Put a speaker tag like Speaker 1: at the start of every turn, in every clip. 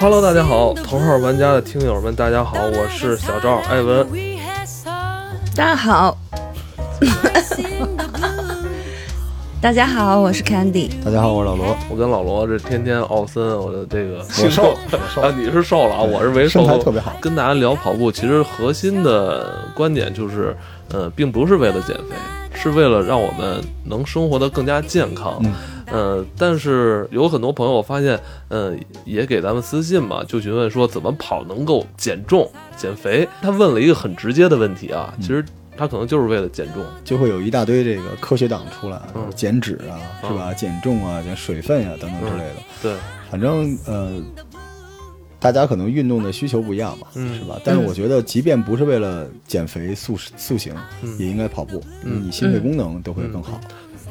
Speaker 1: Hello，大家好，头号玩家的听友们，大家好，我是小赵艾文。
Speaker 2: 大家 好，大家好，我是 Candy。
Speaker 3: 大家好，我是老罗，
Speaker 1: 我跟老罗这天天奥森，我的这个
Speaker 3: 我瘦了，
Speaker 1: 啊，你是瘦了啊，我是没瘦，
Speaker 3: 身材特别好。
Speaker 1: 跟大家聊跑步，其实核心的观点就是，呃，并不是为了减肥，是为了让我们能生活得更加健康。
Speaker 3: 嗯
Speaker 1: 呃，但是有很多朋友发现，嗯、也给咱们私信嘛，就询问说怎么跑能够减重、减肥。他问了一个很直接的问题
Speaker 3: 嗯
Speaker 1: 啊，其实他可能就是为了减重。
Speaker 3: 就会有一大堆这个科学党出来
Speaker 1: 嗯，嗯
Speaker 3: 减脂啊，是吧？减重啊，减水分啊，等等之类的。
Speaker 1: 对，
Speaker 3: 反正呃，大家可能运动的需求不一样吧，
Speaker 1: 嗯
Speaker 3: 是吧？但是我觉得，即便不是为了减肥塑塑形，也应该跑步，
Speaker 1: 嗯
Speaker 3: 你心肺功能都会更好。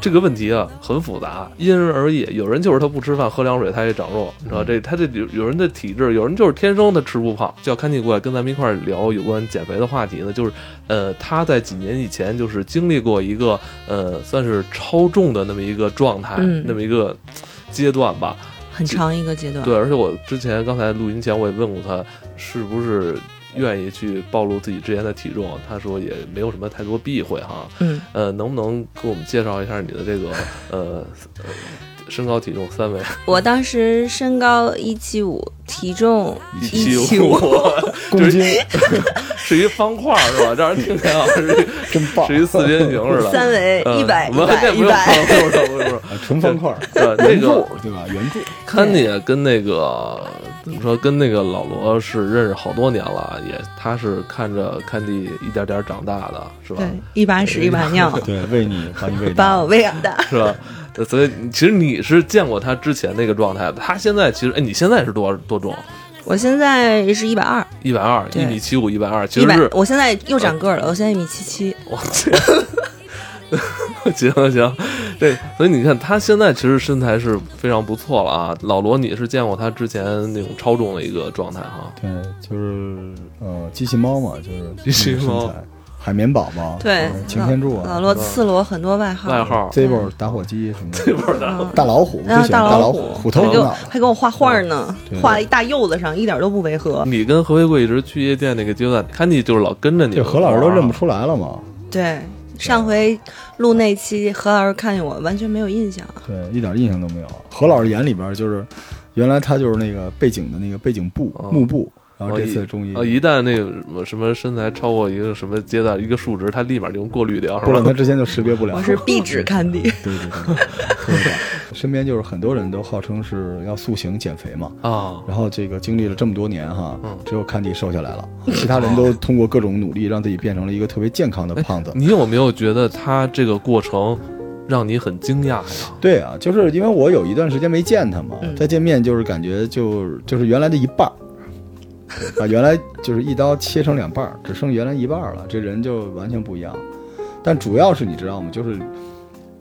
Speaker 1: 这个问题啊很复杂，因人而异。有人就是他不吃饭喝凉水，他也长肉，你知道这他这有有人的体质，有人就是天生他吃不胖。叫看进过来跟咱们一块儿聊有关减肥的话题呢，就是呃他在几年以前就是经历过一个呃算是超重的那么一个状态，
Speaker 2: 嗯
Speaker 1: 那么一个阶段吧。
Speaker 2: 很长一个阶段，
Speaker 1: 对，而且我之前刚才录音前我也问过他，是不是愿意去暴露自己之前的体重？他说也没有什么太多避讳哈。
Speaker 2: 嗯，
Speaker 1: 呃，能不能给我们介绍一下你的 这个呃呃身高体重三围？
Speaker 2: 我当时身高一七五，体重
Speaker 1: 七
Speaker 2: 五，
Speaker 3: 公斤
Speaker 1: 是一方块儿是吧？让人听起来好像是一
Speaker 3: 真 棒啊
Speaker 1: 是一四边形似的。
Speaker 2: 三围
Speaker 1: 嗯
Speaker 2: 一百
Speaker 1: 我
Speaker 2: 一
Speaker 1: 们
Speaker 2: 百
Speaker 1: 这
Speaker 2: 一
Speaker 1: 不用
Speaker 2: 百，
Speaker 1: 不用不用不 用不用。
Speaker 3: 啊纯方块儿，
Speaker 1: 呃，那
Speaker 3: 圆柱
Speaker 1: 个
Speaker 3: 对吧？圆柱，
Speaker 1: 看你也跟那个怎么说，跟那个老罗是认识好多年了，也他是看着看地一点点长大的，是吧？
Speaker 2: 对，一把屎一把尿，
Speaker 3: 对，为你把你喂
Speaker 2: 把我
Speaker 3: 大。
Speaker 2: 喂养大。
Speaker 1: 是吧？呃所以其实你是见过他之前那个状态的，他现在其实，哎，你现在是多少多重？
Speaker 2: 我现在是一百二，
Speaker 1: 一百二，
Speaker 2: 对
Speaker 1: 一米七五，一百二，其
Speaker 2: 一
Speaker 1: 实
Speaker 2: 百
Speaker 1: 是，
Speaker 2: 我现在又长个儿了，我现在一米七七。
Speaker 1: 我天， 行行，这所以你看他现在其实身材是非常不错了啊。老罗，你是见过他之前那种超重的一个状态哈、
Speaker 3: 对，就是呃，机器猫嘛，就
Speaker 1: 机
Speaker 3: 是
Speaker 1: 器猫
Speaker 3: 身材，海绵宝宝，
Speaker 2: 对
Speaker 3: 嗯，擎天柱啊，
Speaker 2: 老罗赐了我很多外号，
Speaker 1: 外 号
Speaker 3: Zippo 打火机什么的，
Speaker 2: 嗯
Speaker 3: 大老虎，
Speaker 2: 然
Speaker 3: 最
Speaker 2: 后
Speaker 3: 喜欢
Speaker 2: 老
Speaker 3: 老虎头
Speaker 2: 还给
Speaker 3: 虎
Speaker 2: 我
Speaker 3: 脑，
Speaker 2: 还给我画画呢，
Speaker 3: 对
Speaker 2: 画了一大柚子上，一点都不违和。
Speaker 1: 你跟何为贵一直去夜店那个阶段，看你就是老跟着你
Speaker 3: 这
Speaker 1: 们玩啊，
Speaker 3: 何老师都认不出来了嘛？
Speaker 2: 对，上回录那期何老师看见我完全没有印象，
Speaker 3: 对，一点印象都没有。何老师眼里边就是，原来他就是那个背景的那个背景布
Speaker 1: 哦
Speaker 3: 幕布，然后
Speaker 1: 哦。
Speaker 3: 这
Speaker 1: 一
Speaker 3: 次终于
Speaker 1: 啊，一旦那个什么身材超过一个什么阶段，一个数值，他立马就能过滤掉，是
Speaker 3: 不然
Speaker 1: 吧
Speaker 3: 他？之前就识别不了。
Speaker 2: 我是壁
Speaker 3: 哦
Speaker 2: 纸看的。
Speaker 3: 对对对，对对身边就是很多人都号称是要塑形减肥嘛。
Speaker 1: 啊，
Speaker 3: 然后这个经历了这么多年哈
Speaker 1: 嗯，
Speaker 3: 只有坎迪瘦下来了，其他人都通过各种努力让自己变成了一个特别健康的胖子。
Speaker 1: 你有没有觉得他这个过程让你很惊讶呀？
Speaker 3: 对啊，就是因为我有一段时间没见他嘛，
Speaker 2: 嗯
Speaker 3: 再见面就是感觉就就是原来的一半儿，把原来就是一刀切成两半儿，只剩原来一半儿了，这人就完全不一样。但主要是你知道吗？就是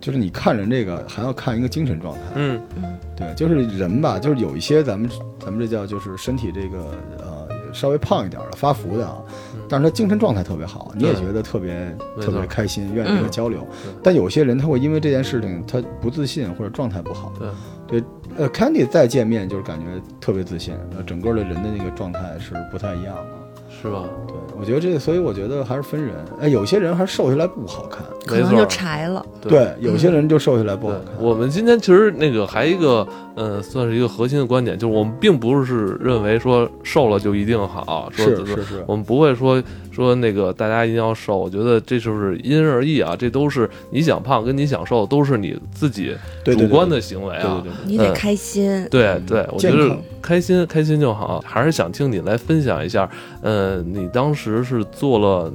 Speaker 3: 就是你看人这个还要看一个精神状态，
Speaker 1: 嗯，
Speaker 3: 对，就是人吧，就是有一些咱们咱们这叫就是身体这个呃稍微胖一点儿的发福的啊，但是他精神状态特别好，你也觉得特别
Speaker 1: 嗯没
Speaker 3: 特
Speaker 1: 错
Speaker 3: 别开心，愿意跟他
Speaker 2: 嗯
Speaker 3: 交流
Speaker 1: 对。
Speaker 3: 但有些人他会因为这件事情他不自信或者状态不好。
Speaker 1: 对，
Speaker 3: 对，呃，Candy 再见面就是感觉特别自信，呃整个的人的那个状态是不太一样的。
Speaker 1: 是吧？
Speaker 3: 对，我觉得这个，所以我觉得还是分人。哎，有些人还是瘦下来不好看，
Speaker 2: 可能就柴了。
Speaker 1: 对
Speaker 3: 对，有些人就瘦下来不
Speaker 1: 对
Speaker 3: 好看。，
Speaker 1: 我们今天其实那个还一个，呃，算是一个核心的观点，就是我们并不是认为说瘦了就一定好，说
Speaker 3: 是
Speaker 1: 怎么
Speaker 3: 是是，
Speaker 1: 我们不会说说那个大家一定要瘦，我觉得这就是因人而异啊，这都是你想胖跟你想瘦都是你自己
Speaker 3: 对
Speaker 1: 主
Speaker 3: 对对
Speaker 1: 观的行为
Speaker 3: 对对
Speaker 1: 啊
Speaker 3: 对。对。
Speaker 2: 你得开心，
Speaker 1: 对对，我觉
Speaker 3: 健
Speaker 1: 得
Speaker 3: 康
Speaker 1: 开心开心就好，还是想听你来分享一下，呃，你当时是做了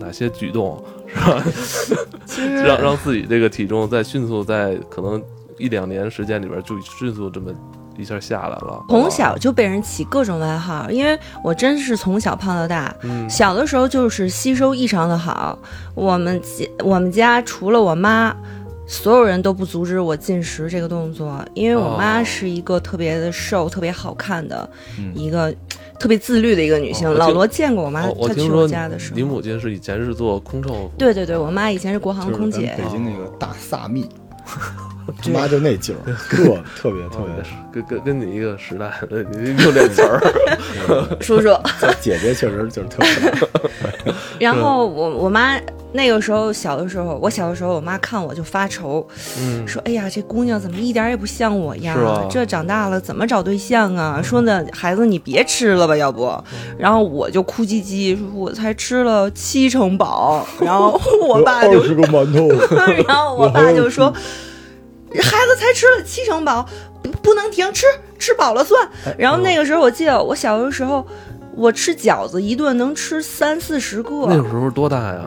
Speaker 1: 哪些举动，是吧？
Speaker 2: 其实
Speaker 1: 让让自己这个体重在迅速在可能一两年时间里边就迅速这么一下下来了。
Speaker 2: 从小就被人起各种外号，因为我真是从小胖到大。
Speaker 1: 嗯
Speaker 2: 小的时候就是吸收异常的好，我们家我们家除了我妈，所有人都不阻止我进食这个动作，因为我妈
Speaker 1: 哦
Speaker 2: 是一个特别的瘦、特别好看的
Speaker 3: 嗯
Speaker 2: 一个特别自律的一个女性。
Speaker 1: 哦我
Speaker 2: 老
Speaker 1: 听
Speaker 2: 罗见过我妈，
Speaker 1: 我我
Speaker 2: 她
Speaker 1: 听
Speaker 2: 去
Speaker 1: 说
Speaker 2: 我家的时
Speaker 1: 你
Speaker 2: 候，
Speaker 1: 母亲是以前是做空乘，嗯
Speaker 2: 对对对，我妈以前是国航
Speaker 3: 就是
Speaker 2: 空
Speaker 3: 咱
Speaker 2: 姐
Speaker 3: 北，京那个大萨蜜，他妈就那劲儿，特特别特
Speaker 2: 哦
Speaker 3: 别。
Speaker 1: 跟跟跟你一个时代的，你用这词儿，
Speaker 2: 叔叔。
Speaker 3: 姐姐确实就是特 别，
Speaker 2: 然后我我妈那个时候小的时候，我小的时候，我妈看我就发愁，
Speaker 1: 嗯，
Speaker 2: 说：“哎呀，这姑娘怎么一点儿也不像我呀
Speaker 1: 是吧？
Speaker 2: 这长大了怎么找对象啊？”说呢，孩子你别吃了吧，要不。然后我就哭唧唧，说我才吃了七成饱。然后我爸就
Speaker 3: 二，十个馒头，
Speaker 2: 然后我爸就说：“孩子才吃了七成饱，不不能停，吃吃饱了算。”然后那个时候，我记得我小的时候。我吃饺子一顿能吃三四十个，
Speaker 1: 那个时候多大呀？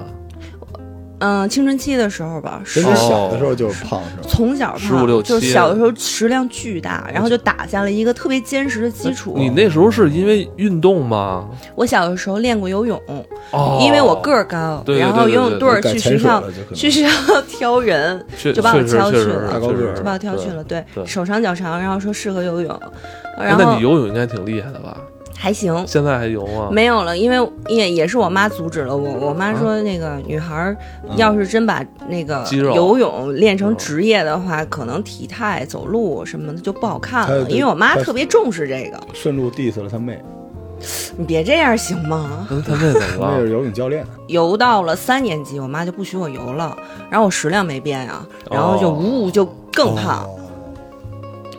Speaker 2: 嗯，青春期的时候吧，是
Speaker 3: 人家小的时候
Speaker 2: 哦
Speaker 3: 就胖是吧？
Speaker 2: 从小胖，
Speaker 1: 15-16
Speaker 2: 就
Speaker 1: 17
Speaker 2: 小的时候食量巨大，然后就打下了一个特别坚实的基础。
Speaker 1: 你那时候是因为运动吗？
Speaker 2: 我小的时候练过游泳，
Speaker 1: 哦，
Speaker 2: 因为我个儿高，
Speaker 1: 对对
Speaker 2: 然后
Speaker 1: 对对
Speaker 2: 游泳队儿
Speaker 3: 改
Speaker 2: 去
Speaker 3: 潜
Speaker 2: 学
Speaker 3: 水
Speaker 2: 校
Speaker 3: 了就可能
Speaker 2: 去学校 挑人，
Speaker 1: 确
Speaker 2: 就把我
Speaker 1: 确实
Speaker 2: 挑去
Speaker 1: 确实
Speaker 2: 了
Speaker 3: 大高
Speaker 1: 确
Speaker 3: 个
Speaker 1: 实
Speaker 3: 儿
Speaker 2: 就把我挑去了，对，
Speaker 1: 对
Speaker 2: 手长脚长，然后说适合游泳，
Speaker 1: 哎
Speaker 2: 然
Speaker 1: 那
Speaker 2: 后
Speaker 1: 你游泳应该挺厉害的吧？
Speaker 2: 还行。
Speaker 1: 现在还游吗？
Speaker 2: 没有了，因为也也是我妈阻止了我。我妈说，那个女孩儿要是真把那个
Speaker 1: 肌肉
Speaker 2: 游泳练成
Speaker 1: 嗯
Speaker 2: 职业的话，可能体态、走路什么的就不好看
Speaker 3: 她
Speaker 2: 了。
Speaker 3: 就
Speaker 2: 因为我妈
Speaker 3: 她
Speaker 2: 特别重视这个，
Speaker 3: 顺路 diss 了他妹，
Speaker 2: 你别这样行吗？
Speaker 1: 那他妹怎
Speaker 3: 他
Speaker 1: 么
Speaker 3: 妹是
Speaker 1: 了？
Speaker 3: 游泳教练，
Speaker 2: 游到了三年级，我妈就不许我游了，然后我食量没变啊，然后就
Speaker 1: 哦
Speaker 2: 呜呜就更胖，
Speaker 3: 哦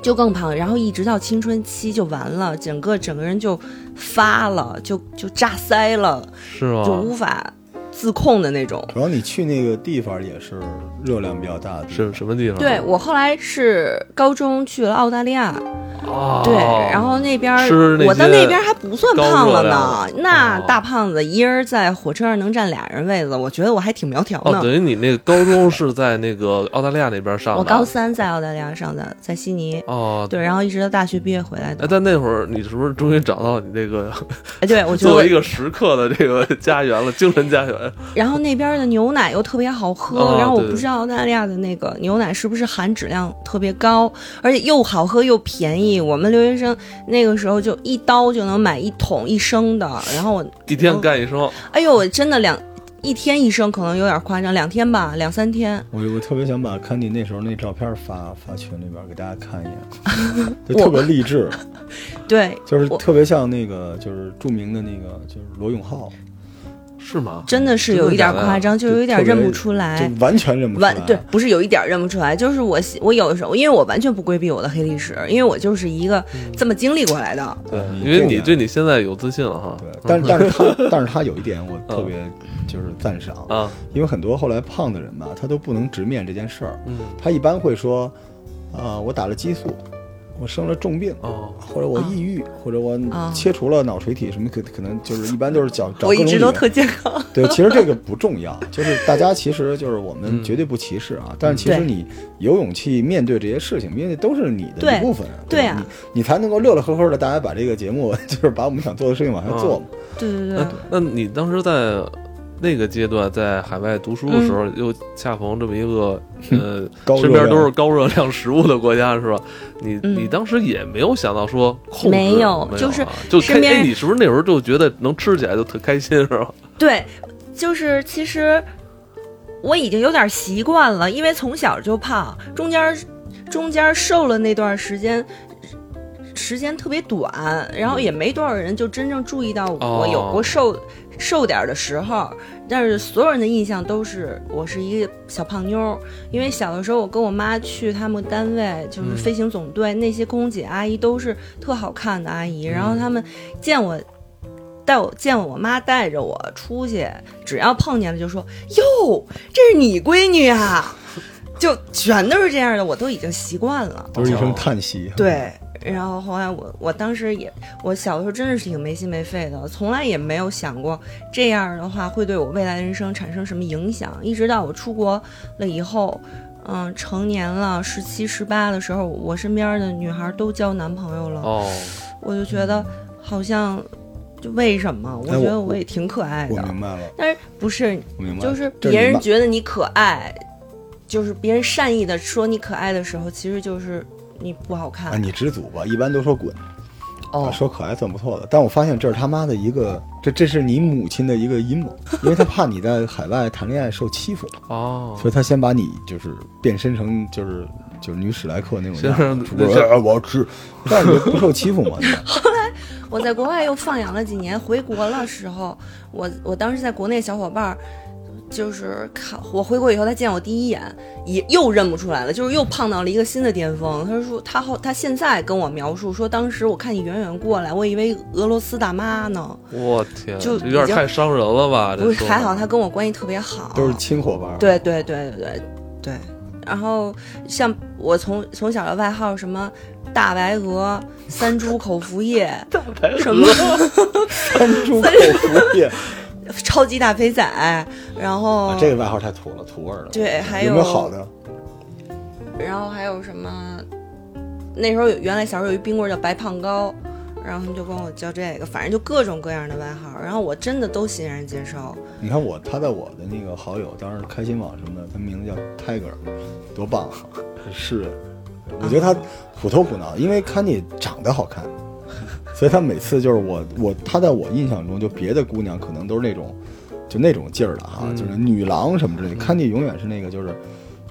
Speaker 2: 就更胖，然后一直到青春期就完了，整个整个人就发了，就就炸腮了，
Speaker 1: 是
Speaker 2: 就
Speaker 1: 吗？
Speaker 2: 无法自控的那种。
Speaker 3: 然后你去那个地方也是热量比较大的地方，
Speaker 1: 是什么地方？啊
Speaker 2: 对我后来是高中去了澳大利亚，
Speaker 1: 哦，
Speaker 2: 对，然后那边儿
Speaker 1: 吃那
Speaker 2: 我到
Speaker 1: 些
Speaker 2: 那边儿还不算胖
Speaker 1: 高
Speaker 2: 了呢
Speaker 1: 热，量
Speaker 2: 那
Speaker 1: 哦
Speaker 2: 大胖子一人在火车上能占俩人位子，我觉得我还挺苗条
Speaker 1: 哦，
Speaker 2: 呢。
Speaker 1: 等于你那个高中是在那个澳大利亚那边上的。啊
Speaker 2: 我高三在澳大利亚上的，在悉尼，
Speaker 1: 哦，
Speaker 2: 对，然后一直到大学毕业回来
Speaker 1: 哎，
Speaker 2: 的。
Speaker 1: 但那会儿你是不是终于找到你这个
Speaker 2: 哎，对， 我觉得
Speaker 1: 作
Speaker 2: 我
Speaker 1: 为一个食客的这个家园了，精神家园？
Speaker 2: 然后那边的牛奶又特别好喝，
Speaker 1: 哦
Speaker 2: 然后我
Speaker 1: 对
Speaker 2: 不知道澳大利亚的那个牛奶是不是含脂量特别高，而且又好喝又便宜。我们留学生那个时候就一刀就能买一桶一升的，然后我，
Speaker 1: 一天干一升，
Speaker 2: 哎呦，我真的两一天一升可能有点夸张，两天吧，两三天。
Speaker 3: 我我特别想把康妮那时候那照片发发群里边给大家看一眼， 就特别励志，
Speaker 2: 对，
Speaker 3: 就是
Speaker 2: 我
Speaker 3: 特别像那个就是著名的那个就是罗永浩，
Speaker 1: 是吗？
Speaker 2: 真的是有一点夸张，就有一点认不出来。
Speaker 3: 就完全认不出来
Speaker 2: 哎完。对，不是有一点认不出来，就是我喜我有的时候，因为我完全不规避我的黑历史，因为我就是一个
Speaker 3: 嗯
Speaker 2: 这么经历过来的。
Speaker 3: 对，
Speaker 1: 因为你
Speaker 3: 嗯这
Speaker 1: 对你现在有自信了哈。
Speaker 3: 对，嗯但是但是他但是他有一点
Speaker 1: 嗯
Speaker 3: 我特别就是赞赏，
Speaker 1: 啊，
Speaker 3: 因为很多后来胖的人吧，他都不能直面这件事儿，
Speaker 1: 嗯，
Speaker 3: 他一般会说，啊、我打了激素，我生了重病。
Speaker 1: 哦，
Speaker 3: 或者我抑郁，或者我
Speaker 2: 啊
Speaker 3: 切除了脑垂体，什么可可能就是一般都是找找
Speaker 2: 我
Speaker 3: 各种
Speaker 2: 一
Speaker 3: 理
Speaker 2: 直
Speaker 3: 由
Speaker 2: 都。特健康。
Speaker 3: 对，其实这个不重要，就是大家其实就是我们
Speaker 1: 嗯
Speaker 3: 绝对不歧视啊，但是其实
Speaker 2: 对
Speaker 3: 你有勇气面对这些事情，因为都是你的
Speaker 2: 对
Speaker 3: 一部分，
Speaker 2: 对
Speaker 3: 吧
Speaker 2: 啊
Speaker 3: 你你才能够乐乐呵呵的，大家把这个节目 就是把我们想做的事情往下做嘛。
Speaker 2: 对对对
Speaker 1: 那，哎那你当时在那个阶段在海外读书的时候，
Speaker 2: 嗯
Speaker 1: 又恰逢这么一个呃
Speaker 3: 嗯 高热
Speaker 1: 身边
Speaker 3: 量啊
Speaker 1: 都是高热量食物的国家，是吧？你
Speaker 2: 嗯
Speaker 1: 你当时也没有想到说控制
Speaker 2: 没有
Speaker 1: 啊
Speaker 2: 就是
Speaker 1: 就开
Speaker 2: 身边
Speaker 1: 哎，你是不是那时候就觉得能吃起来就特开心是吧？
Speaker 2: 对，就是其实我已经有点习惯了，因为从小就胖，中间儿中间儿瘦了那段时间。时间特别短，然后也没多少人就真正注意到我
Speaker 1: 哦
Speaker 2: 有过瘦、瘦点儿的时候，但是所有人的印象都是我是一个小胖妞儿。因为小的时候我跟我妈去他们单位，就是
Speaker 1: 嗯
Speaker 2: 飞行总队，那些空姐阿姨都是特好看的阿姨，然后他们见我带我见我妈带着我出去，只要碰见了就说：“哟，这是你闺女啊！” 就全都是这样的，我都已经习惯了。
Speaker 3: 都是一声叹息。，
Speaker 2: 对，然后后来我我当时也，我小的时候真的是挺没心没肺的，从来也没有想过这样的话会对我未来的人生产生什么影响。一直到我出国了以后，嗯、成年了，十七、十八的时候，我身边的女孩都交男朋友了，
Speaker 3: 啊
Speaker 1: 哦，
Speaker 2: 我就觉得好像就为什么？我
Speaker 3: 嗯哎
Speaker 2: 觉
Speaker 3: 我
Speaker 2: 得我也挺可爱
Speaker 3: 我
Speaker 2: 的，
Speaker 3: 明白了，
Speaker 2: 但是不是
Speaker 3: 我明白了，
Speaker 2: 啊就是
Speaker 3: 这
Speaker 2: 别
Speaker 3: 你
Speaker 2: 人
Speaker 3: 妈
Speaker 2: 觉得你可爱，就是别人善意的说你可爱的时候，其实就是你不好看。
Speaker 3: 啊，你知足吧，一般都说滚，啊
Speaker 2: 哦，
Speaker 3: 说可爱算不错的。但我发现这是他妈的一个，这这是你母亲的一个阴谋，因为她怕你在海外谈恋爱受欺负，
Speaker 1: 哦，
Speaker 3: 所以她先把你就是变身成就是就是女史莱克那种
Speaker 1: 先
Speaker 3: 样
Speaker 1: 生
Speaker 3: 子，主播
Speaker 1: 先
Speaker 3: 说哎我要吃，这样你就不受欺负嘛。对吧
Speaker 2: 我在国外又放养了几年，回国了时候，我我当时在国内小伙伴儿，就是看我回国以后，他见我第一眼也又认不出来了，就是又胖到了一个新的巅峰。他说他后他现在跟我描述说，当时我看你远远过来，我以为俄罗斯大妈呢，
Speaker 1: 我天，
Speaker 2: 就
Speaker 1: 这有点
Speaker 2: 已经
Speaker 1: 太伤人了吧？这
Speaker 2: 不是
Speaker 1: 说
Speaker 2: 还好他跟我关系特别好，
Speaker 3: 都是亲伙伴，，
Speaker 2: 对对对对对对。然后像我从从小的外号什么大白鹅、三猪口服液， 什么。
Speaker 3: 三猪口服液，
Speaker 2: 超级大肥仔，然后、
Speaker 3: 啊这个外号太土了，土味儿了。
Speaker 2: 哦对，还
Speaker 3: 有没有好的？
Speaker 2: 然后还有什么？那时候有原来小时候有一冰棍儿叫白胖高，然后他们就管我叫这个，反正就各种各样的外号，然后我真的都欣然接 受。
Speaker 3: 你看我，他在我的那个好友，当时开心网什么的，他名字叫 Tiger，多棒啊！是，我觉得他虎头虎脑，因为看你长得好看，所以他每次就是我我他在我印象中，就别的姑娘可能都是那种就那种劲儿的哈，
Speaker 1: 嗯
Speaker 3: 就是女郎什么之类的，看你永远是那个就是。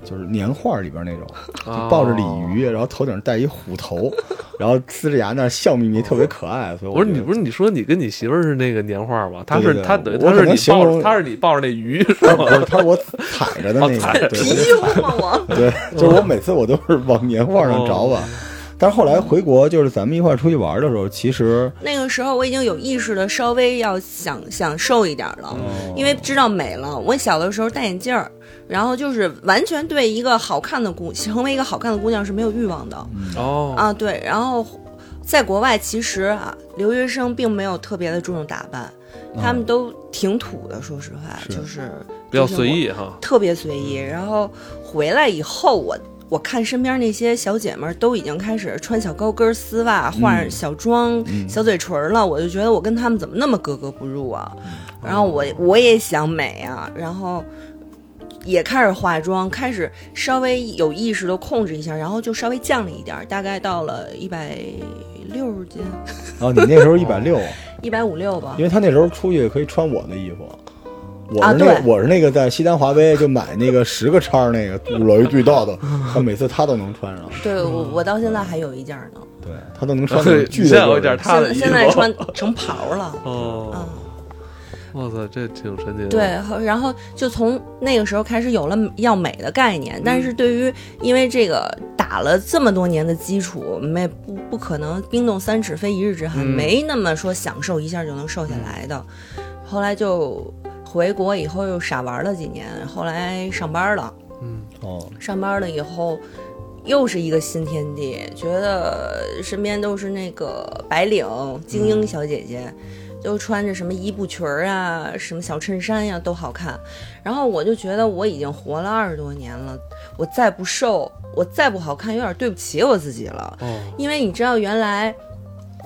Speaker 3: 就是年画里边那种，就
Speaker 1: 啊
Speaker 3: 抱着鲤鱼，然后头顶上戴一虎头，然后呲着牙那儿笑眯眯，特别可爱。所以
Speaker 1: 不
Speaker 3: 我
Speaker 1: 是
Speaker 3: 觉
Speaker 1: 你
Speaker 3: 得
Speaker 1: 不是你说你跟你媳妇儿是那个年画吗？他
Speaker 3: 对
Speaker 1: 是
Speaker 3: 对对
Speaker 1: 他等于
Speaker 3: 我
Speaker 1: 他
Speaker 3: 可
Speaker 1: 是
Speaker 3: 能
Speaker 1: 你
Speaker 3: 形
Speaker 1: 抱着
Speaker 3: 容
Speaker 1: 他是你抱着那鱼是
Speaker 3: 他
Speaker 1: 吗？
Speaker 3: 不是他是我踩着的
Speaker 1: 哦
Speaker 3: 那
Speaker 1: 踩着
Speaker 3: 个，对
Speaker 2: 皮
Speaker 3: 对
Speaker 2: 肤嘛，我
Speaker 3: 对，就是我每次我都是往年画
Speaker 1: 哦
Speaker 3: 上找吧。但是后来回国，就是咱们一块儿出去玩的时候，其实
Speaker 2: 那个时候我已经有意识的稍微要想享受一点儿了。
Speaker 1: 哦
Speaker 2: 因为知道美了，我小的时候戴眼镜儿，然后就是完全对一个好看的姑，成为一个好看的姑娘是没有欲望的。
Speaker 1: 哦，
Speaker 2: 啊，对，然后在国外其实啊，留学生并没有特别的注重打扮，他们都挺土的，说实话，
Speaker 3: 是
Speaker 2: 就是
Speaker 1: 嗯比较
Speaker 2: 就是
Speaker 1: 随
Speaker 2: 我
Speaker 1: 意哈。
Speaker 2: 特别随
Speaker 3: 嗯
Speaker 2: 意。然后回来以后，我我看身边那些小姐们儿都已经开始穿小高跟丝袜、化
Speaker 3: 嗯
Speaker 2: 小妆、
Speaker 3: 嗯
Speaker 2: 小嘴唇儿了，我就觉得我跟她们怎么那么格格不入啊？
Speaker 3: 嗯
Speaker 2: 然后我我也想美啊，然后。也开始化妆，开始稍微有意识的控制一下，然后就稍微降了一点儿，大概到了一百六十斤，
Speaker 3: 啊，你那时候一百
Speaker 1: 哦
Speaker 3: 六，
Speaker 2: 一百五六吧
Speaker 3: 因。为他那时候出去可以穿我的衣服。我
Speaker 2: 啊
Speaker 3: 是那个、
Speaker 2: 对
Speaker 3: 我是那个在西单华威就买那个十个叉儿 那个老一巨大的，他每次他都能穿上，
Speaker 2: 对我，我到现在还有一件儿呢，
Speaker 3: 对他都能穿那
Speaker 1: 对，
Speaker 3: 种巨
Speaker 1: 现
Speaker 3: 的
Speaker 1: 在
Speaker 3: 肉
Speaker 1: 有
Speaker 3: 的。
Speaker 1: 点他
Speaker 2: 现
Speaker 1: 的
Speaker 2: 在
Speaker 1: 意思
Speaker 2: 现在穿成袍儿 了。
Speaker 1: 哦，
Speaker 2: 嗯。
Speaker 1: 哇塞，这挺神奇的。
Speaker 2: 对，后然后就从那个时候开始有了要美的概念，但是对于因为这个打了这么多年的基础，没不不可能冰冻三尺非一日之寒，
Speaker 1: 嗯
Speaker 2: 没那么说享受一下就能瘦下来的。后来就回国以后又傻玩了几年，后来上班了，
Speaker 1: 嗯，
Speaker 3: 哦，
Speaker 2: 上班了以后。又是一个新天地，觉得身边都是那个白领精英小姐姐，就穿着什么伊布裙儿啊，什么小衬衫呀、都好看。然后我就觉得我已经活了二十多年了，我再不瘦，我再不好看，有点对不起我自己了。
Speaker 1: 哦，
Speaker 2: 因为你知道，原来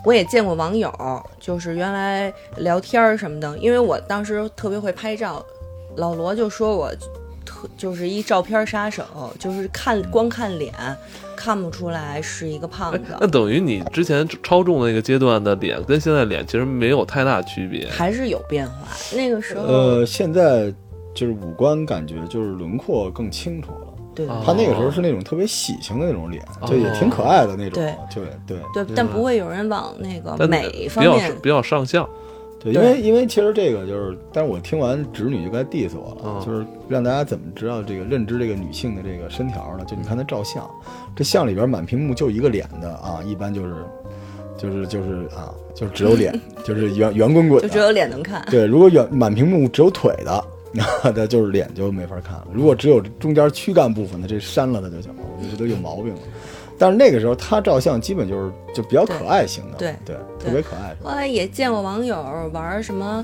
Speaker 2: 我也见过网友，就是原来聊天儿什么的，因为我当时特别会拍照，老罗就说我特就是一照片杀手，就是看光看脸看不出来是一个胖
Speaker 1: 哎
Speaker 2: 子，
Speaker 1: 那等于你之前超重的那个阶段的脸，跟现在脸其实没有太大区别。
Speaker 2: 还是有变化。那个时候，
Speaker 3: 呃，现在就是五官感觉就是轮廓更清楚了。
Speaker 2: 对对
Speaker 1: 啊
Speaker 3: 他那个时候是那种特别喜庆的那种脸，
Speaker 1: 哦
Speaker 3: 就也挺可爱的那种
Speaker 2: 对，
Speaker 3: 对对
Speaker 2: 对，但不会有人往那个
Speaker 1: 啊但
Speaker 2: 美
Speaker 1: 比
Speaker 2: 方
Speaker 1: 较
Speaker 2: 面
Speaker 1: 比较上相，
Speaker 3: 对，因为因为其实这个就是，但是我听完直女就该 diss 我了，
Speaker 1: 嗯
Speaker 3: 就是让大家怎么知道这个认知这个女性的这个身条呢？就你看她照相，这相里边满屏幕就一个脸的啊，一般就是就是就是啊，就是只 有脸，就是圆圆滚滚
Speaker 2: 就
Speaker 3: 的，
Speaker 2: 只有脸能看。
Speaker 3: 对，如果远满屏幕只有腿的， 那那就是脸就没法看了。如果只有中间躯干部分的，这删了它就行了。我觉得都有毛病了。但是那个时候他照相基本就是就比较可爱型的，
Speaker 2: 对
Speaker 3: 对，
Speaker 2: 对
Speaker 3: 特别可爱。
Speaker 2: 后来也见过网友玩什么，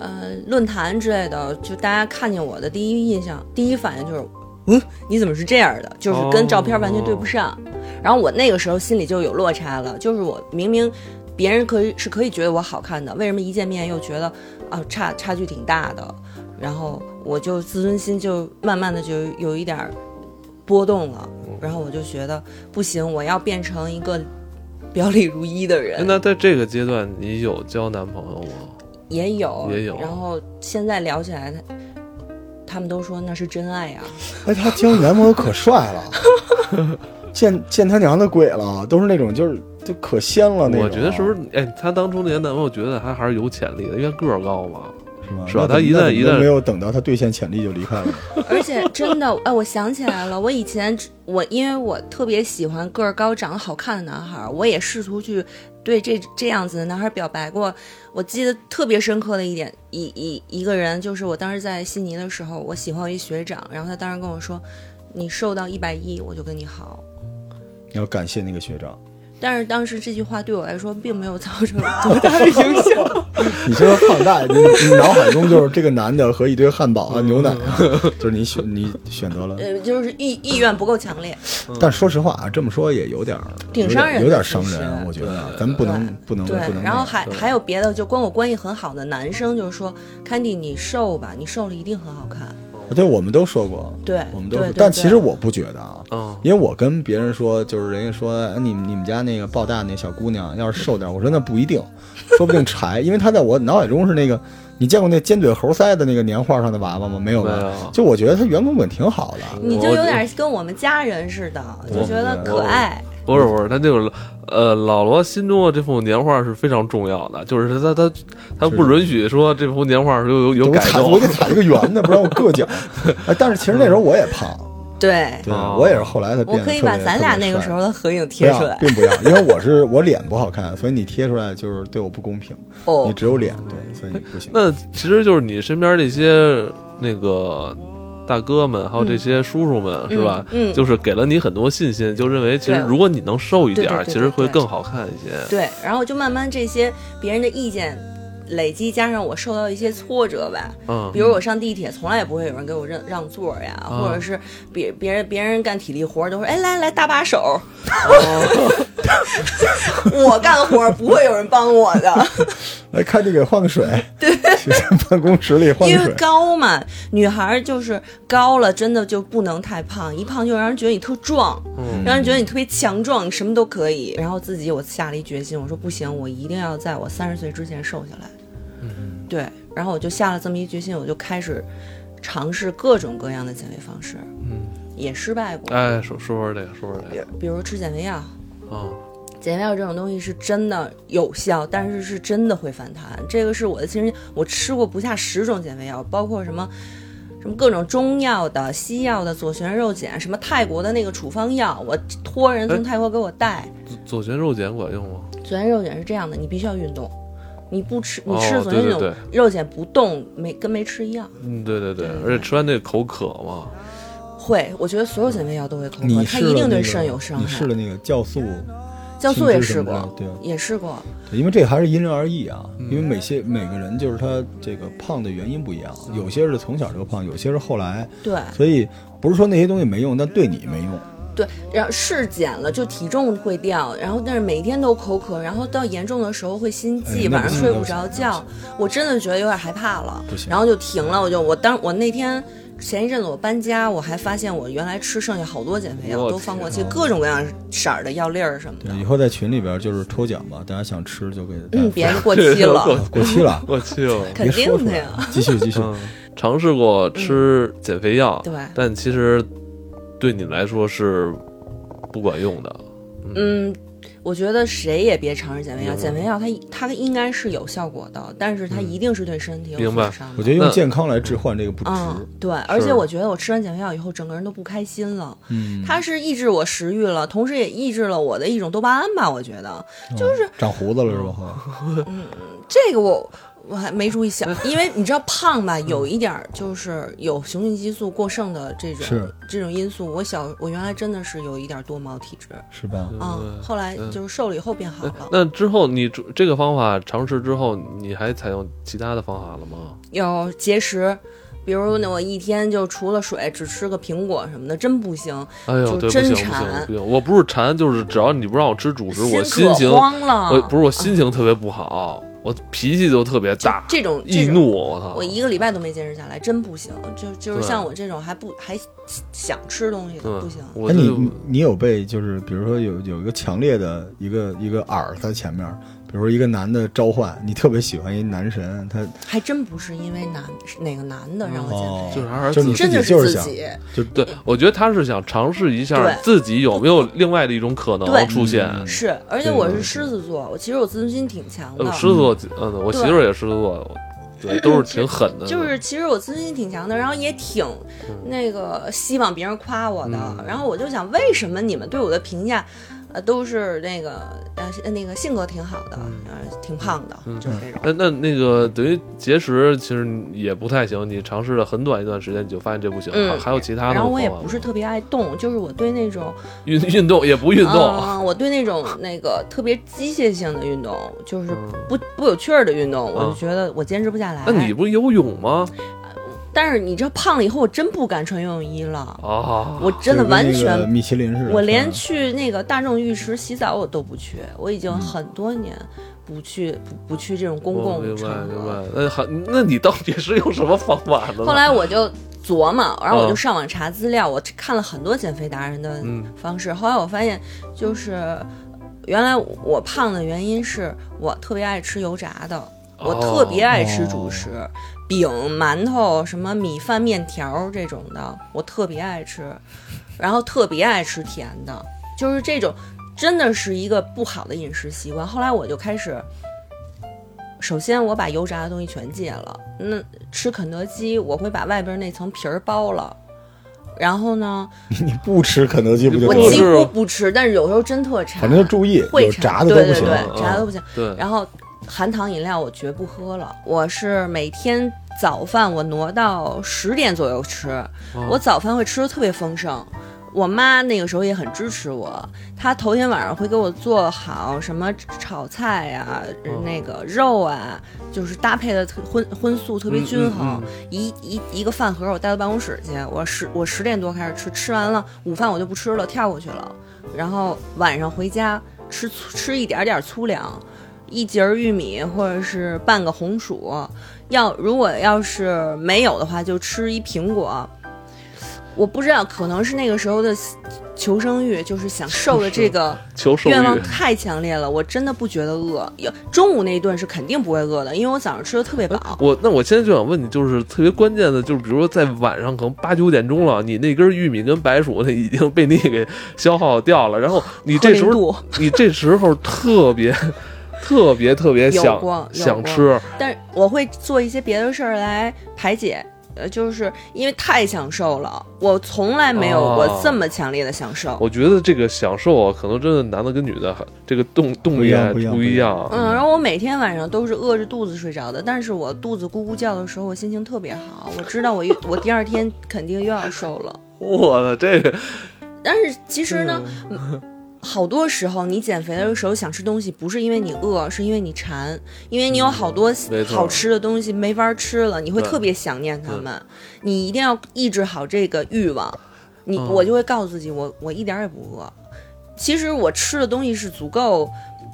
Speaker 2: 呃，论坛之类的，就大家看见我的第一印象、第一反应就是，嗯，你怎么是这样的？就是跟照片完全对不上。然后我那个时候心里就有落差了，就是我明明别人可以是可以觉得我好看的，为什么一见面又觉得啊差差距挺大的？然后我就自尊心就慢慢的就有一点儿波动了，然后我就觉得不行，我要变成一个表里如一的人
Speaker 1: 哎。那在这个阶段，你有交男朋友吗？
Speaker 2: 也有，
Speaker 1: 也有
Speaker 2: 然后现在聊起来，他他们都说那是真爱呀、啊
Speaker 3: 哎，他交男朋友可帅了， 见见他娘的鬼了，都是那种就是就可仙了那种啊。
Speaker 1: 我觉得是不是？哎，他当初那些男朋友觉得他还是有潜力的，因为个儿高嘛。
Speaker 3: 是吧？
Speaker 1: 是吧他
Speaker 3: 那怎么
Speaker 1: 一旦
Speaker 3: 那怎么
Speaker 1: 一
Speaker 3: 都
Speaker 1: 旦
Speaker 3: 没有等到他兑现潜力就离开 了，
Speaker 2: 而且真的，哎，我想起来了，我以前只我因为我特别喜欢个儿高、长得好看的男孩儿，我也试图去对这这样子的男孩儿表白过。我记得特别深刻的一点，一一一个人，就是我当时在悉尼的时候，我喜欢我一学长，然后他当时跟我说：“你瘦到一百一，我就跟你好。
Speaker 3: 要感谢那个学长。”
Speaker 2: 但是当时这句话对我来说并没有造成多大的 影响。
Speaker 3: 你这个放大，你你脑海中就是这个男的和一堆汉堡啊、牛奶啊，
Speaker 1: 嗯
Speaker 3: 就是你选你选择了。
Speaker 2: 呃，就是意意愿不够强烈。
Speaker 3: 但说实话啊，这么说也有点儿
Speaker 2: 挺
Speaker 3: 有点
Speaker 2: 伤人的
Speaker 3: 有点伤
Speaker 2: 其实
Speaker 3: 人，我觉得啊
Speaker 1: 对
Speaker 3: 咱们不能
Speaker 2: 对
Speaker 3: 不能
Speaker 2: 对
Speaker 3: 不能那样。，
Speaker 2: 然后还还有别的，就跟我关系很好的男生，就是说，Candy 你瘦吧，你瘦了一定很好看。
Speaker 3: 对，我们都说过，
Speaker 2: 对
Speaker 3: 我们都
Speaker 2: 对
Speaker 3: 说
Speaker 2: 对
Speaker 3: 但
Speaker 2: 对
Speaker 3: 其实我不觉得啊，
Speaker 1: 嗯，
Speaker 3: 因为我跟别人说，就是人家说哎你你们家那个抱大那小姑娘要是瘦点，我说那不一定，说不定柴，因为她在我脑海中是那个，你见过那尖嘴猴腮的那个年画上的娃娃吗？没有
Speaker 1: 没
Speaker 3: 吧
Speaker 1: 有？
Speaker 3: 就我觉得她圆滚滚挺好的，
Speaker 2: 你就
Speaker 1: 我
Speaker 2: 有点跟我们家人似的，就觉得可爱。
Speaker 1: 不是不是，他就是，呃，老罗心中的这幅年画是非常重要的，就是他他他他
Speaker 3: 是
Speaker 1: 不允许说这幅年画有有有
Speaker 3: 我
Speaker 1: 改
Speaker 3: 踩
Speaker 1: 动
Speaker 3: 我得踩一个圆的，不然我硌脚。哎，但是其实那时候我也胖，
Speaker 2: 对，
Speaker 3: 对
Speaker 1: 哦
Speaker 3: 我也是后来才变
Speaker 2: 我
Speaker 3: 得特
Speaker 2: 可
Speaker 3: 别。
Speaker 2: 以把咱俩
Speaker 3: 特别
Speaker 2: 那个
Speaker 3: 帅啊
Speaker 2: 时候的 合影贴出来
Speaker 3: 不。要并不要，因为我是我脸不好看，所以你贴出来就是对我不公平。你
Speaker 2: 哦，
Speaker 3: 只有脸，对，所以你不行。
Speaker 1: 那其实就是你身边这些那个大哥们，还有这些叔叔们，是吧？
Speaker 2: 嗯嗯
Speaker 1: 就是给了你很多信心，就认为其实
Speaker 2: 对
Speaker 1: 如果你能瘦一点儿，
Speaker 2: 对对对
Speaker 1: 其实会
Speaker 2: 对对
Speaker 1: 更好看一些。
Speaker 2: 对，然后就慢慢这些别人的意见累积，加上我受到一些挫折吧，
Speaker 1: 嗯
Speaker 2: 比，如我上地铁，从来也不会有人给我让让座呀，
Speaker 1: 啊
Speaker 2: 或者是别别人别人干体力活儿都说，哎，来来搭把手。 我干活儿不会有人帮我的，
Speaker 3: 来哎看这个换个水，对， 去办公室里换
Speaker 2: 因
Speaker 3: 个
Speaker 2: 为
Speaker 3: 水。
Speaker 2: 高嘛，女孩儿就是高了，真的就不能太胖，一胖就让人觉得你特壮，让人觉得你特别强壮，你什么都可以。然后自己我下了一决心，我说不行，我一定要在我三十岁之前瘦下来。对，然后我就下了这么一决心，我就开始尝试各种各样的减肥方式，
Speaker 1: 嗯，
Speaker 2: 也失败过，
Speaker 1: 哎，说说说这个，说说这
Speaker 2: 比
Speaker 1: 个
Speaker 2: 如比如吃减肥药，
Speaker 1: 啊，
Speaker 2: 减肥药这种东西是真的有效，但是是真的会反弹。这个是我的亲身经，我吃过不下十种减肥药，包括什么什么各种中药的、西药的、左旋肉碱，什么泰国的那个处方药，我托人
Speaker 3: 哎
Speaker 2: 从泰国给我带。
Speaker 1: 左旋肉碱管用吗？
Speaker 2: 左旋肉碱是这样的，你必须要运动，你不吃你
Speaker 1: 哦
Speaker 2: 吃了左旋
Speaker 1: 对
Speaker 2: 肉
Speaker 1: 对对
Speaker 2: 肉碱不动，没跟没吃一样。
Speaker 1: 嗯，对对对
Speaker 2: 对，对
Speaker 1: 而且吃完那口渴嘛，
Speaker 2: 会，我觉得所有减肥药都会口渴，
Speaker 3: 你
Speaker 2: 它
Speaker 3: 试了
Speaker 2: 一定
Speaker 3: 那
Speaker 2: 对
Speaker 3: 个
Speaker 2: 肾有伤
Speaker 3: 你试
Speaker 2: 害。
Speaker 3: 了那个酵素，
Speaker 2: 酵素也
Speaker 3: 吃
Speaker 2: 试
Speaker 3: 什么的
Speaker 2: 过，
Speaker 3: 对
Speaker 2: 也试过。
Speaker 3: 对因为这还是因人而异啊。
Speaker 2: 嗯
Speaker 3: 因为每些每个人就是他这个胖的原因不一样，
Speaker 2: 嗯
Speaker 3: 有些是从小就胖，有些是后来，
Speaker 2: 对，
Speaker 3: 所以不是说那些东西没用，但对你没用。
Speaker 2: 对，然后是减了，就体重会掉，然后但是每天都口渴，然后到严重的时候会心
Speaker 3: 哎
Speaker 2: 悸，
Speaker 3: 那
Speaker 2: 晚
Speaker 3: 不
Speaker 2: 上
Speaker 3: 行
Speaker 2: 睡
Speaker 3: 那
Speaker 2: 不
Speaker 3: 不行
Speaker 2: 着
Speaker 3: 那不
Speaker 2: 觉，我真的觉得有点害怕了
Speaker 3: 不，行
Speaker 2: 然后就停了，我就我当我那天。前一阵子我搬家，我还发现我原来吃剩下好多减肥药，
Speaker 1: 我
Speaker 2: 都放过期，
Speaker 3: 天啊
Speaker 2: 各种各样色儿的药粒儿什么的
Speaker 3: 对，以，后在群里边就是抽奖吧，大家想吃就给大家
Speaker 2: 嗯，
Speaker 3: 分
Speaker 2: 别过期
Speaker 1: 过
Speaker 2: 了，
Speaker 3: 过期 了，
Speaker 1: 我去了。
Speaker 2: 肯
Speaker 3: 哎别
Speaker 2: 定
Speaker 3: 说出
Speaker 2: 的
Speaker 3: 来
Speaker 2: 呀。
Speaker 3: 继续继续，
Speaker 1: 嗯，尝试过吃减肥药，
Speaker 2: 对
Speaker 1: 但其实对你来说是不管用的。
Speaker 2: 嗯，我觉得谁也别尝试减肥药，
Speaker 1: 明白
Speaker 2: 减肥药它它应该是有效果的，但是
Speaker 3: 嗯
Speaker 2: 它一定是对身体有
Speaker 1: 明白
Speaker 2: 损伤的。
Speaker 3: 我觉得
Speaker 1: 那
Speaker 3: 用健康来置换这个不值。
Speaker 2: 嗯，对，而且我觉得我吃完减肥药以后，整个人都不开心了。
Speaker 3: 嗯，
Speaker 2: 它是抑制我食欲了，同时也抑制了我的一种多巴胺吧。我觉得
Speaker 3: 就是长胡子了是吧？后来
Speaker 2: 嗯这个我我还没注意想，
Speaker 1: 嗯
Speaker 2: 因为你知道胖吧，有一点儿就是有雄性激素过剩的这种
Speaker 3: 是
Speaker 2: 这种因素。我小我原来真的是有一点多毛体质
Speaker 3: 是吧？
Speaker 2: 啊、嗯，后来就是瘦了以后变好了。
Speaker 1: 那之后你这这个方法尝试之后，你还采用其他的方法了吗？
Speaker 2: 有节食，比如呢，我一天就除了水只吃个苹果什么的，真不行，
Speaker 1: 哎呦，
Speaker 2: 就
Speaker 1: 对，不
Speaker 2: 真
Speaker 1: 行不
Speaker 2: 馋
Speaker 1: 行不行，我不是馋，就是只要你不让我吃主食，我心情
Speaker 2: 可慌了。
Speaker 1: 我不是我心情特别不好，我脾气就特别大，
Speaker 2: 这种这
Speaker 1: 易
Speaker 2: 种
Speaker 1: 怒，我操！
Speaker 2: 我一个礼拜都没坚持下来，真不行。就就是
Speaker 1: 哦对
Speaker 2: 像我这种还不还想吃东西的，
Speaker 1: 嗯
Speaker 2: 不行。
Speaker 1: 我
Speaker 3: 哎，你
Speaker 1: 就
Speaker 3: 你你有被就是比如说有有一个强烈的一个一个饵在前面，比如说一个男的召唤，你特别喜欢一男神，他
Speaker 2: 还真不是因为男是哪个男的让我
Speaker 3: 哦
Speaker 2: 减
Speaker 1: 就是
Speaker 2: 肥，
Speaker 1: 还
Speaker 3: 就是是你
Speaker 1: 自
Speaker 2: 真的
Speaker 3: 自己就是
Speaker 2: 自
Speaker 3: 想
Speaker 2: 己。
Speaker 3: 就
Speaker 1: 对，我觉得他是想尝试一下
Speaker 2: 对
Speaker 1: 自己有没有另外的一种可能
Speaker 2: 对
Speaker 1: 出现。
Speaker 3: 嗯
Speaker 2: 是，而且
Speaker 3: 对
Speaker 2: 我
Speaker 3: 对
Speaker 2: 是狮子座，我其实我自尊心挺强的
Speaker 1: 呃，。狮子座，嗯，我媳
Speaker 2: 对
Speaker 1: 妇儿也狮子座，对，都是挺狠的，
Speaker 2: 就是其实我自尊心挺强的，然后也挺那个希望别人夸我的，
Speaker 1: 嗯
Speaker 2: 然后我就想，为什么你们对我的评价，呃，都是那个呃那个性格挺好的，
Speaker 1: 嗯
Speaker 2: 呃，挺胖的，就是这种。
Speaker 1: 那那那个等于节食其实也不太行，你尝试了很短一段时间，你就发现这不行。
Speaker 2: 嗯
Speaker 1: 还还有其他的
Speaker 2: 然
Speaker 1: 方法吗，
Speaker 2: 后我也不是特别爱动，就是我对那种
Speaker 1: 运运动也不运动，
Speaker 2: 啊、我对 那种那个特别机械性的运动，就是不不有趣儿的运动，我就
Speaker 1: 嗯
Speaker 2: 觉得我坚持不下来。
Speaker 1: 那你不是游泳吗？
Speaker 2: 但是你这胖了以后，我真不敢穿游泳衣了，
Speaker 1: 啊，
Speaker 2: 我真的
Speaker 3: 就跟
Speaker 2: 完
Speaker 3: 那
Speaker 2: 全
Speaker 3: 个米其林似的，
Speaker 2: 我连
Speaker 3: 嗯
Speaker 2: 去那个大众浴池洗澡我都不去，我已经很多年不去不不去这种公
Speaker 1: 我
Speaker 2: 共
Speaker 1: 明白
Speaker 2: 场
Speaker 1: 明
Speaker 2: 合。
Speaker 1: 白。那还那你到底是用什么方法的呢？
Speaker 2: 后来我就琢磨，然后
Speaker 1: 嗯
Speaker 2: 我就上网查资料，我看了很多减肥达人的
Speaker 1: 嗯
Speaker 2: 方式。后来我发现，就是原来我胖的原因是我特别爱吃油炸的，我特别爱吃主食。饼、馒头、什么米饭、面条这种的，我特别爱吃，然后特别爱吃甜的，就是这种，真的是一个不好的饮食习惯。后来我就开始，首先我把油炸的东西全戒了，那吃肯德基我会把外边那层皮儿剥了，然后呢，
Speaker 3: 你不吃肯德基不就
Speaker 2: 我
Speaker 1: 不
Speaker 3: 得
Speaker 2: 几
Speaker 1: 吃
Speaker 3: 了？
Speaker 2: 乎不吃，但是有时候真特馋，
Speaker 3: 反正就注意，
Speaker 2: 会
Speaker 3: 有
Speaker 2: 馋
Speaker 3: 炸的都不行
Speaker 2: 对
Speaker 1: 嗯
Speaker 2: 炸的都不行。
Speaker 1: 对，
Speaker 2: 然后含糖饮料我绝不喝了，我是每天早饭我挪到十点左右吃，
Speaker 1: 哦
Speaker 2: 我早饭会吃的特别丰盛。我妈那个时候也很支持我，她头天晚上会给我做好什么炒菜呀、呃
Speaker 1: 哦
Speaker 2: 那个肉啊，就是搭配的特荤荤素特别
Speaker 1: 嗯
Speaker 2: 均
Speaker 1: 嗯嗯
Speaker 2: 衡。一一一个饭盒我带到办公室去，我十我十点多开始吃，吃完了午饭我就不吃了，跳过去了，然后晚上回家吃粗吃一点点粗粮，一节儿玉米或者是半个红薯，要如果要是没有的话就吃一苹果。我不知道，可能是那个时候的求生欲，就是想瘦的这个
Speaker 1: 求生
Speaker 2: 愿望
Speaker 1: 欲，
Speaker 2: 太强烈了，我真的不觉得饿。有中午那一顿是肯定不会饿的，因为我早上吃的特别饱。
Speaker 1: 我那我现在就想问你，就是特别关键的，就是比如说在晚上可能八九点钟了，你那根玉米跟白薯那已经被你给消耗掉了，然后你
Speaker 2: 喝
Speaker 1: 这时
Speaker 2: 零
Speaker 1: 候
Speaker 2: 度
Speaker 1: 你这时候特别特别特别
Speaker 2: 有
Speaker 1: 想
Speaker 2: 过有
Speaker 1: 想
Speaker 2: 过
Speaker 1: 吃，
Speaker 2: 但我会做一些别的事儿来排解，呃，就是因为太享受了，我从来没有
Speaker 1: 哦
Speaker 2: 过这么强烈的享受。
Speaker 1: 我觉得这个享受啊，可能真的男的跟女的这个动动
Speaker 3: 不一
Speaker 1: 力
Speaker 3: 样
Speaker 1: 还
Speaker 3: 不一样
Speaker 1: 不
Speaker 3: 不
Speaker 1: 一
Speaker 3: 一样
Speaker 1: 样。啊
Speaker 2: 嗯，然后我每天晚上都是饿着肚子睡着的，但是我肚子咕咕叫的时候，我心情特别好，我知道我又我第二天肯定又要瘦了。
Speaker 1: 我的这个
Speaker 2: 但是其实呢，好多时候你减肥的时候想吃东西，不是因为你饿，是因为你馋，因为你有好多
Speaker 1: 嗯没错
Speaker 2: 好吃的东西没法吃了，你会
Speaker 1: 对
Speaker 2: 特别想念它们。你一定要抑制好这个欲望。你
Speaker 1: 嗯
Speaker 2: 我就会告诉自己，我我一点儿也不饿。其实我吃的东西是足够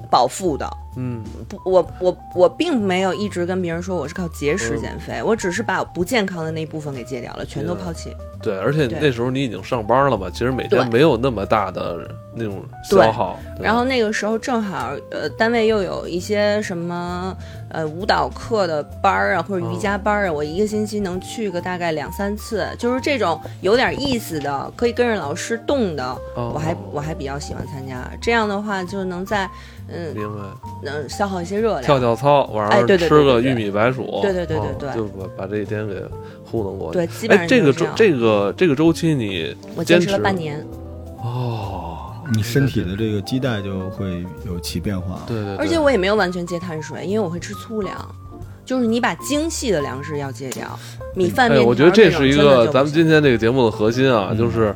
Speaker 2: 饱腹的，
Speaker 1: 嗯，
Speaker 2: 不，我我我并没有一直跟别人说我是靠节食
Speaker 1: 嗯
Speaker 2: 减肥，我只是把不健康的那一部分给戒掉了，全都
Speaker 1: 对
Speaker 2: 抛弃。
Speaker 1: 对，而且
Speaker 2: 对
Speaker 1: 那时候你已经上班了嘛，其实每天
Speaker 2: 对
Speaker 1: 没有那么大的那种消
Speaker 2: 对
Speaker 1: 耗。对
Speaker 2: 然后那个时候正好，呃，单位又有一些什么，呃，舞蹈课的班儿啊，或者瑜伽班儿啊，
Speaker 1: 嗯
Speaker 2: 我一个星期能去个大概两三次，就是这种有点意思的，可以跟着老师动的，
Speaker 1: 哦
Speaker 2: 我还我还比较喜欢参加。这样的话，就能在，嗯、
Speaker 1: 明白，
Speaker 2: 能、消耗一些热量。
Speaker 1: 跳跳操，晚
Speaker 2: 哎
Speaker 1: 上
Speaker 2: 对对对
Speaker 1: 吃个
Speaker 2: 对对
Speaker 1: 玉米白薯，
Speaker 2: 对对对对
Speaker 1: 嗯
Speaker 2: 对
Speaker 1: 就把把这一天给糊弄过去。
Speaker 2: 对，基本
Speaker 1: 哎，
Speaker 2: 上
Speaker 1: 这
Speaker 2: 就
Speaker 1: 个
Speaker 2: 是
Speaker 1: 周
Speaker 2: 样。
Speaker 1: 这个这个周期你
Speaker 2: 我坚
Speaker 1: 坚
Speaker 2: 持
Speaker 1: 持
Speaker 2: 了半年，
Speaker 1: 哦，
Speaker 3: 嗯你身体的这个基带就会有其变化。
Speaker 1: 对对，对
Speaker 2: 而且我也没有完全戒碳水，因为我会吃粗粮。就是你把精细的粮食要戒掉，米饭、面
Speaker 1: 哎，
Speaker 2: 条
Speaker 1: 我觉得这
Speaker 2: 种
Speaker 1: 是一
Speaker 2: 真的就
Speaker 1: 个
Speaker 2: 不
Speaker 1: 咱们
Speaker 2: 行
Speaker 1: 今天这个节目的核心啊，
Speaker 3: 嗯
Speaker 1: 就是，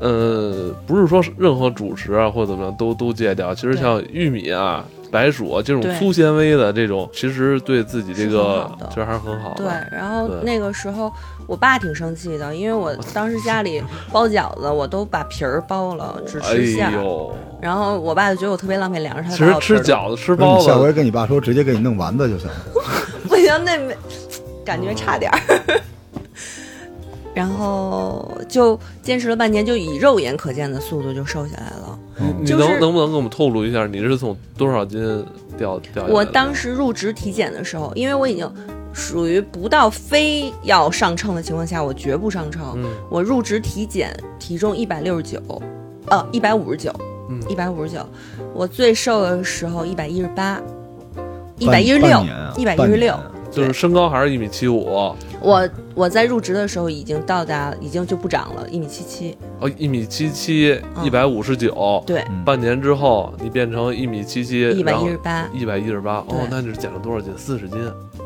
Speaker 1: 呃，不是说任何主食啊或者怎么样都都戒掉，其实
Speaker 2: 对
Speaker 1: 像玉米啊、白薯啊这种
Speaker 2: 对
Speaker 1: 粗纤维的这种，其实对自己这
Speaker 2: 是
Speaker 1: 个
Speaker 2: 很好的
Speaker 1: 其实还是很好的。
Speaker 2: 对，然后
Speaker 1: 对
Speaker 2: 那个时候我爸挺生气的，因为我当时家里包饺子，我都把皮儿包了，只吃馅
Speaker 1: 哎
Speaker 2: 儿。
Speaker 1: 呦，
Speaker 2: 然后我爸就觉得我特别浪费粮食，他
Speaker 1: 其
Speaker 2: 就
Speaker 1: 实
Speaker 2: 把我皮
Speaker 1: 吃
Speaker 2: 儿都
Speaker 1: 饺子、吃
Speaker 3: 不是
Speaker 1: 包
Speaker 3: 你下
Speaker 1: 子，
Speaker 3: 回跟你爸说，直接给你弄丸子就行。
Speaker 2: 不行，那没感觉差点儿。然后就坚持了半年，就以肉眼可见的速度就瘦下来了。
Speaker 3: 嗯
Speaker 1: 你
Speaker 2: 就是
Speaker 1: 能能不能给我们透露一下，你是从多少斤掉掉下来的？
Speaker 2: 我当时入职体检的时候，因为我已经属于不到非要上秤的情况下，我绝不上秤。
Speaker 1: 嗯
Speaker 2: 我入职体检体重一百六十九，呃，一百五十九
Speaker 1: 嗯，
Speaker 2: 一百五十九。我最瘦的时候一百一十八，一百
Speaker 3: 半
Speaker 2: 一十
Speaker 3: 半
Speaker 2: 六，
Speaker 3: 年啊
Speaker 2: 一百一
Speaker 3: 半
Speaker 2: 十
Speaker 3: 年
Speaker 2: 六
Speaker 3: 啊。
Speaker 1: 就是身高还是一米七五，哦，
Speaker 2: 我我在入职的时候已经到达，已经就不长了，一米七七。
Speaker 1: 一米七七，一百五十九。
Speaker 2: 嗯对，
Speaker 3: 嗯
Speaker 1: 半年之后你变成一米七七，
Speaker 2: 一百
Speaker 1: 然后
Speaker 2: 一十八。
Speaker 1: 一百一十八，哦
Speaker 2: 对，
Speaker 1: 那你是减了多少斤？四十斤，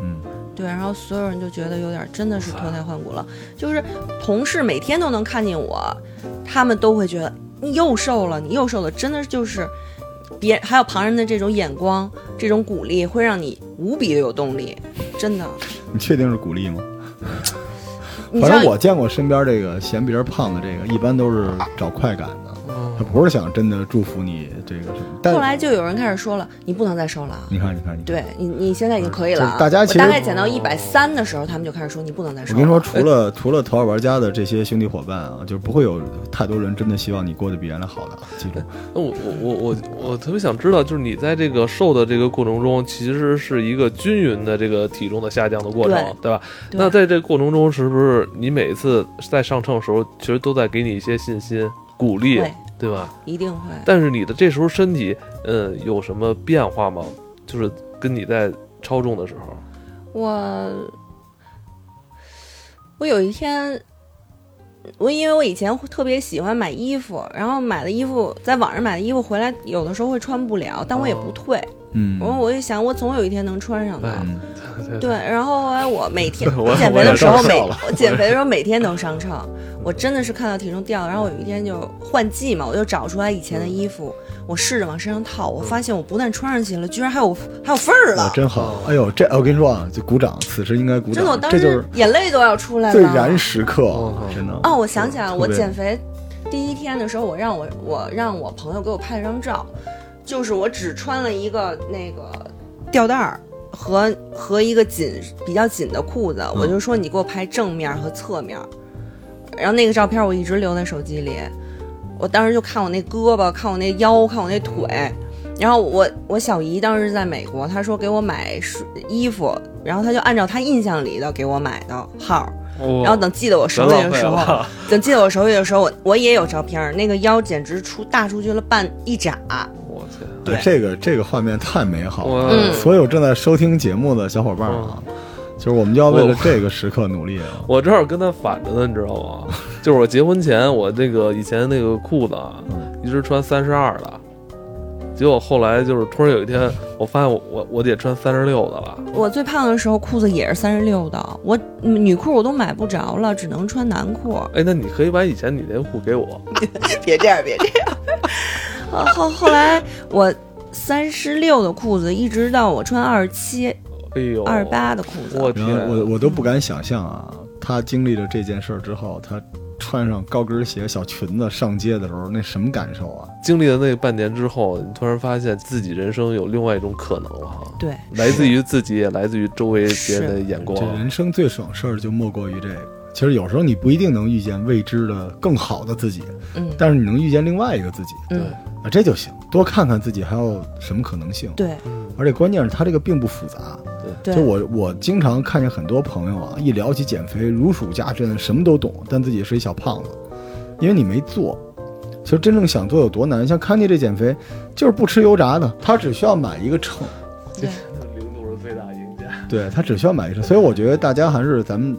Speaker 3: 嗯，
Speaker 2: 对，然后所有人就觉得有点真的是脱胎换骨了，就是同事每天都能看见我，他们都会觉得你又瘦了，你又瘦了，真的就是别还有旁人的这种眼光、这种鼓励，会让你无比的有动力，真的。
Speaker 3: 你确定是鼓励吗？
Speaker 2: 你知
Speaker 3: 反
Speaker 2: 道
Speaker 3: 正我见过身边这个嫌别人胖的这个，一般都是找快感的，他
Speaker 2: 嗯
Speaker 1: 哦
Speaker 3: 不是想真的祝福你这个什么。但
Speaker 2: 后来就有人开始说了，你不能再瘦了啊。
Speaker 3: 你看，你看，你看，
Speaker 2: 对你，你现在已经可以了、啊。
Speaker 3: 嗯就是大家其实
Speaker 2: 我大概减到一百三的时候，他们就开始说你不能再瘦
Speaker 3: 我
Speaker 2: 了。
Speaker 3: 跟你说，除了除了头号玩家的这些兄弟伙伴啊，就是不会有太多人真的希望你过得比原来好的。记住，
Speaker 1: 那我我我我我特别想知道，就是你在这个瘦的这个过程中，其实是一个均匀的这个体重的下降的过程，对吧？
Speaker 2: 对
Speaker 1: 那在这个过程中，是不是你每次在上秤的时候，其实都在给你一些信心、鼓励
Speaker 2: 会，
Speaker 1: 对吧？
Speaker 2: 一定会。
Speaker 1: 但是你的这时候身体，嗯，有什么变化吗？就是跟你在超重的时候，
Speaker 2: 我我有一天，我因为我以前会特别喜欢买衣服，然后买的衣服在网上买的衣服回来，有的时候会穿不了，但我也不退。
Speaker 3: 嗯，
Speaker 2: 然后我就想，我总有一天能穿上的。
Speaker 1: 哎
Speaker 3: 嗯，
Speaker 2: 对，然后后来我每天
Speaker 1: 我
Speaker 2: 减肥的时候
Speaker 3: 我也
Speaker 2: 每
Speaker 3: 上
Speaker 2: 我减肥的时候每天都上秤，我真的是看到体重掉了，然后我有一天就换季嘛，我就找出来以前的衣服，我试着往身上套，我发现我不但穿上去了，居然还有还有缝儿
Speaker 3: 哇
Speaker 2: 了，，
Speaker 3: 真好！哎呦，这哎我跟你说啊，就鼓掌，此时应该鼓
Speaker 2: 真的，我
Speaker 3: 掌，
Speaker 2: 当
Speaker 3: 这就是
Speaker 2: 时眼泪都要出来了，
Speaker 3: 最燃时刻啊
Speaker 1: 嗯，嗯
Speaker 3: 真的。
Speaker 2: 哦，我想起来了，
Speaker 3: 特
Speaker 2: 我
Speaker 3: 别
Speaker 2: 减肥第一天的时候，我让我我让我朋友给我拍了张照，就是我只穿了一个那个吊带儿和和一个紧比较紧的裤子，我就
Speaker 3: 嗯
Speaker 2: 说你给我拍正面和侧面，然后那个照片我一直留在手机里，我当时就看我那胳膊，看我那腰，看我那腿。然后我我小姨当时在美国，她说给我买是衣服，然后她就按照她印象里的给我买的号儿，
Speaker 1: 然
Speaker 2: 然后等寄到我手里的时候， 等寄到我手里的时候，我我也有照片儿，那个腰简直出大出去了半一拃。
Speaker 1: 我天，
Speaker 3: 对这个这个画面太美好了，
Speaker 1: 嗯
Speaker 3: 所有正在收听节目的小伙伴啊，就是我们就要为了这个时刻努力啊！
Speaker 1: 我这儿跟他反着呢，你知道吗？就是我结婚前，我这个以前那个裤子啊，
Speaker 3: 嗯
Speaker 1: 一直穿三十二的，结果后来就是突然有一天，我发现我我我得穿三十六的了。
Speaker 2: 我最胖的时候裤子也是三十六的，我嗯女裤我都买不着了，只能穿男裤。
Speaker 1: 哎，那你可以把以前你那裤给我，
Speaker 2: 别这样，别这样。 呃后后来我三十六的裤子，一直到我穿二十七、
Speaker 1: 哎呦，
Speaker 2: 二十，八的裤
Speaker 1: 我
Speaker 2: 子，
Speaker 1: 天
Speaker 3: 然，后我我都不敢想象啊，他经历了这件事儿之后，他穿上高跟鞋、小裙子上街的时候，那什么感受啊？
Speaker 1: 经历了那半年之后，你突然发现自己人生有另外一种可能了哈，
Speaker 2: 对，
Speaker 1: 来自于自己，也来自于周围别人的
Speaker 2: 是
Speaker 1: 眼光
Speaker 3: 这。人生最爽事儿就莫过于这个。其实有时候你不一定能遇见未知的更好的自己，
Speaker 2: 嗯
Speaker 3: 但是你能遇见另外一个自己
Speaker 2: 嗯，
Speaker 3: 啊，这就行。多看看自己还有什么可能性。
Speaker 2: 对
Speaker 3: 而且关键是它这个并不复杂。
Speaker 2: 对
Speaker 3: 就，我我经常看见很多朋友啊，一聊起减肥如数家珍，什么都懂，但自己是一小胖子，因为你没做。其实真正想做有多难，像康妮这减肥，就是不吃油炸的，她只需要买一个秤，
Speaker 2: 对
Speaker 1: 零度是最大赢家。
Speaker 3: 对她只需要买一个秤。所以我觉得大家还是咱们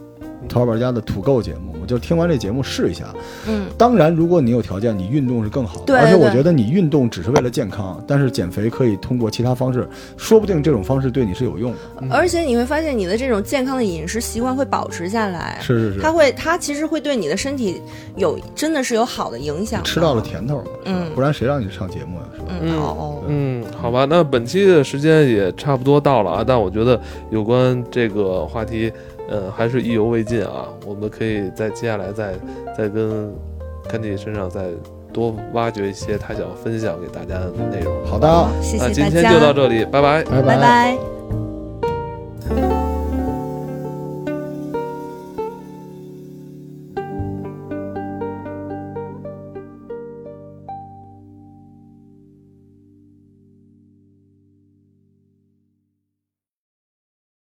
Speaker 3: 淘宝玩家的土购节目，我就听完这节目试一下。
Speaker 2: 嗯，
Speaker 3: 当然，如果你有条件，你运动是更好的。
Speaker 2: 对
Speaker 3: 而且我
Speaker 2: 对
Speaker 3: 觉得你运动只是为了健康，但是减肥可以通过其他方式，说不定这种方式对你是有用的。
Speaker 2: 而且你会发现你的这种健康的饮食习惯会保持下来，
Speaker 3: 是是是。
Speaker 2: 它会，它其实会对你的身体有真的是有好的影响的。
Speaker 3: 吃到了甜头了，是吧
Speaker 2: 嗯
Speaker 3: 不然谁让你上节目啊呀、是吧？
Speaker 2: 嗯
Speaker 1: 嗯
Speaker 2: 哦哦，
Speaker 1: 嗯，好吧，那本期的时间也差不多到了啊，但我觉得有关这个话题，呃，还是意犹未尽啊。我们可以在接下来再再跟甘姐身上再多挖掘一些她想分享给大家的内容。
Speaker 3: 好的，啊
Speaker 2: 谢
Speaker 1: 那
Speaker 2: 哦谢
Speaker 1: 今
Speaker 2: 大
Speaker 1: 天
Speaker 2: 家，
Speaker 1: 就到这里，拜拜。
Speaker 2: 拜拜。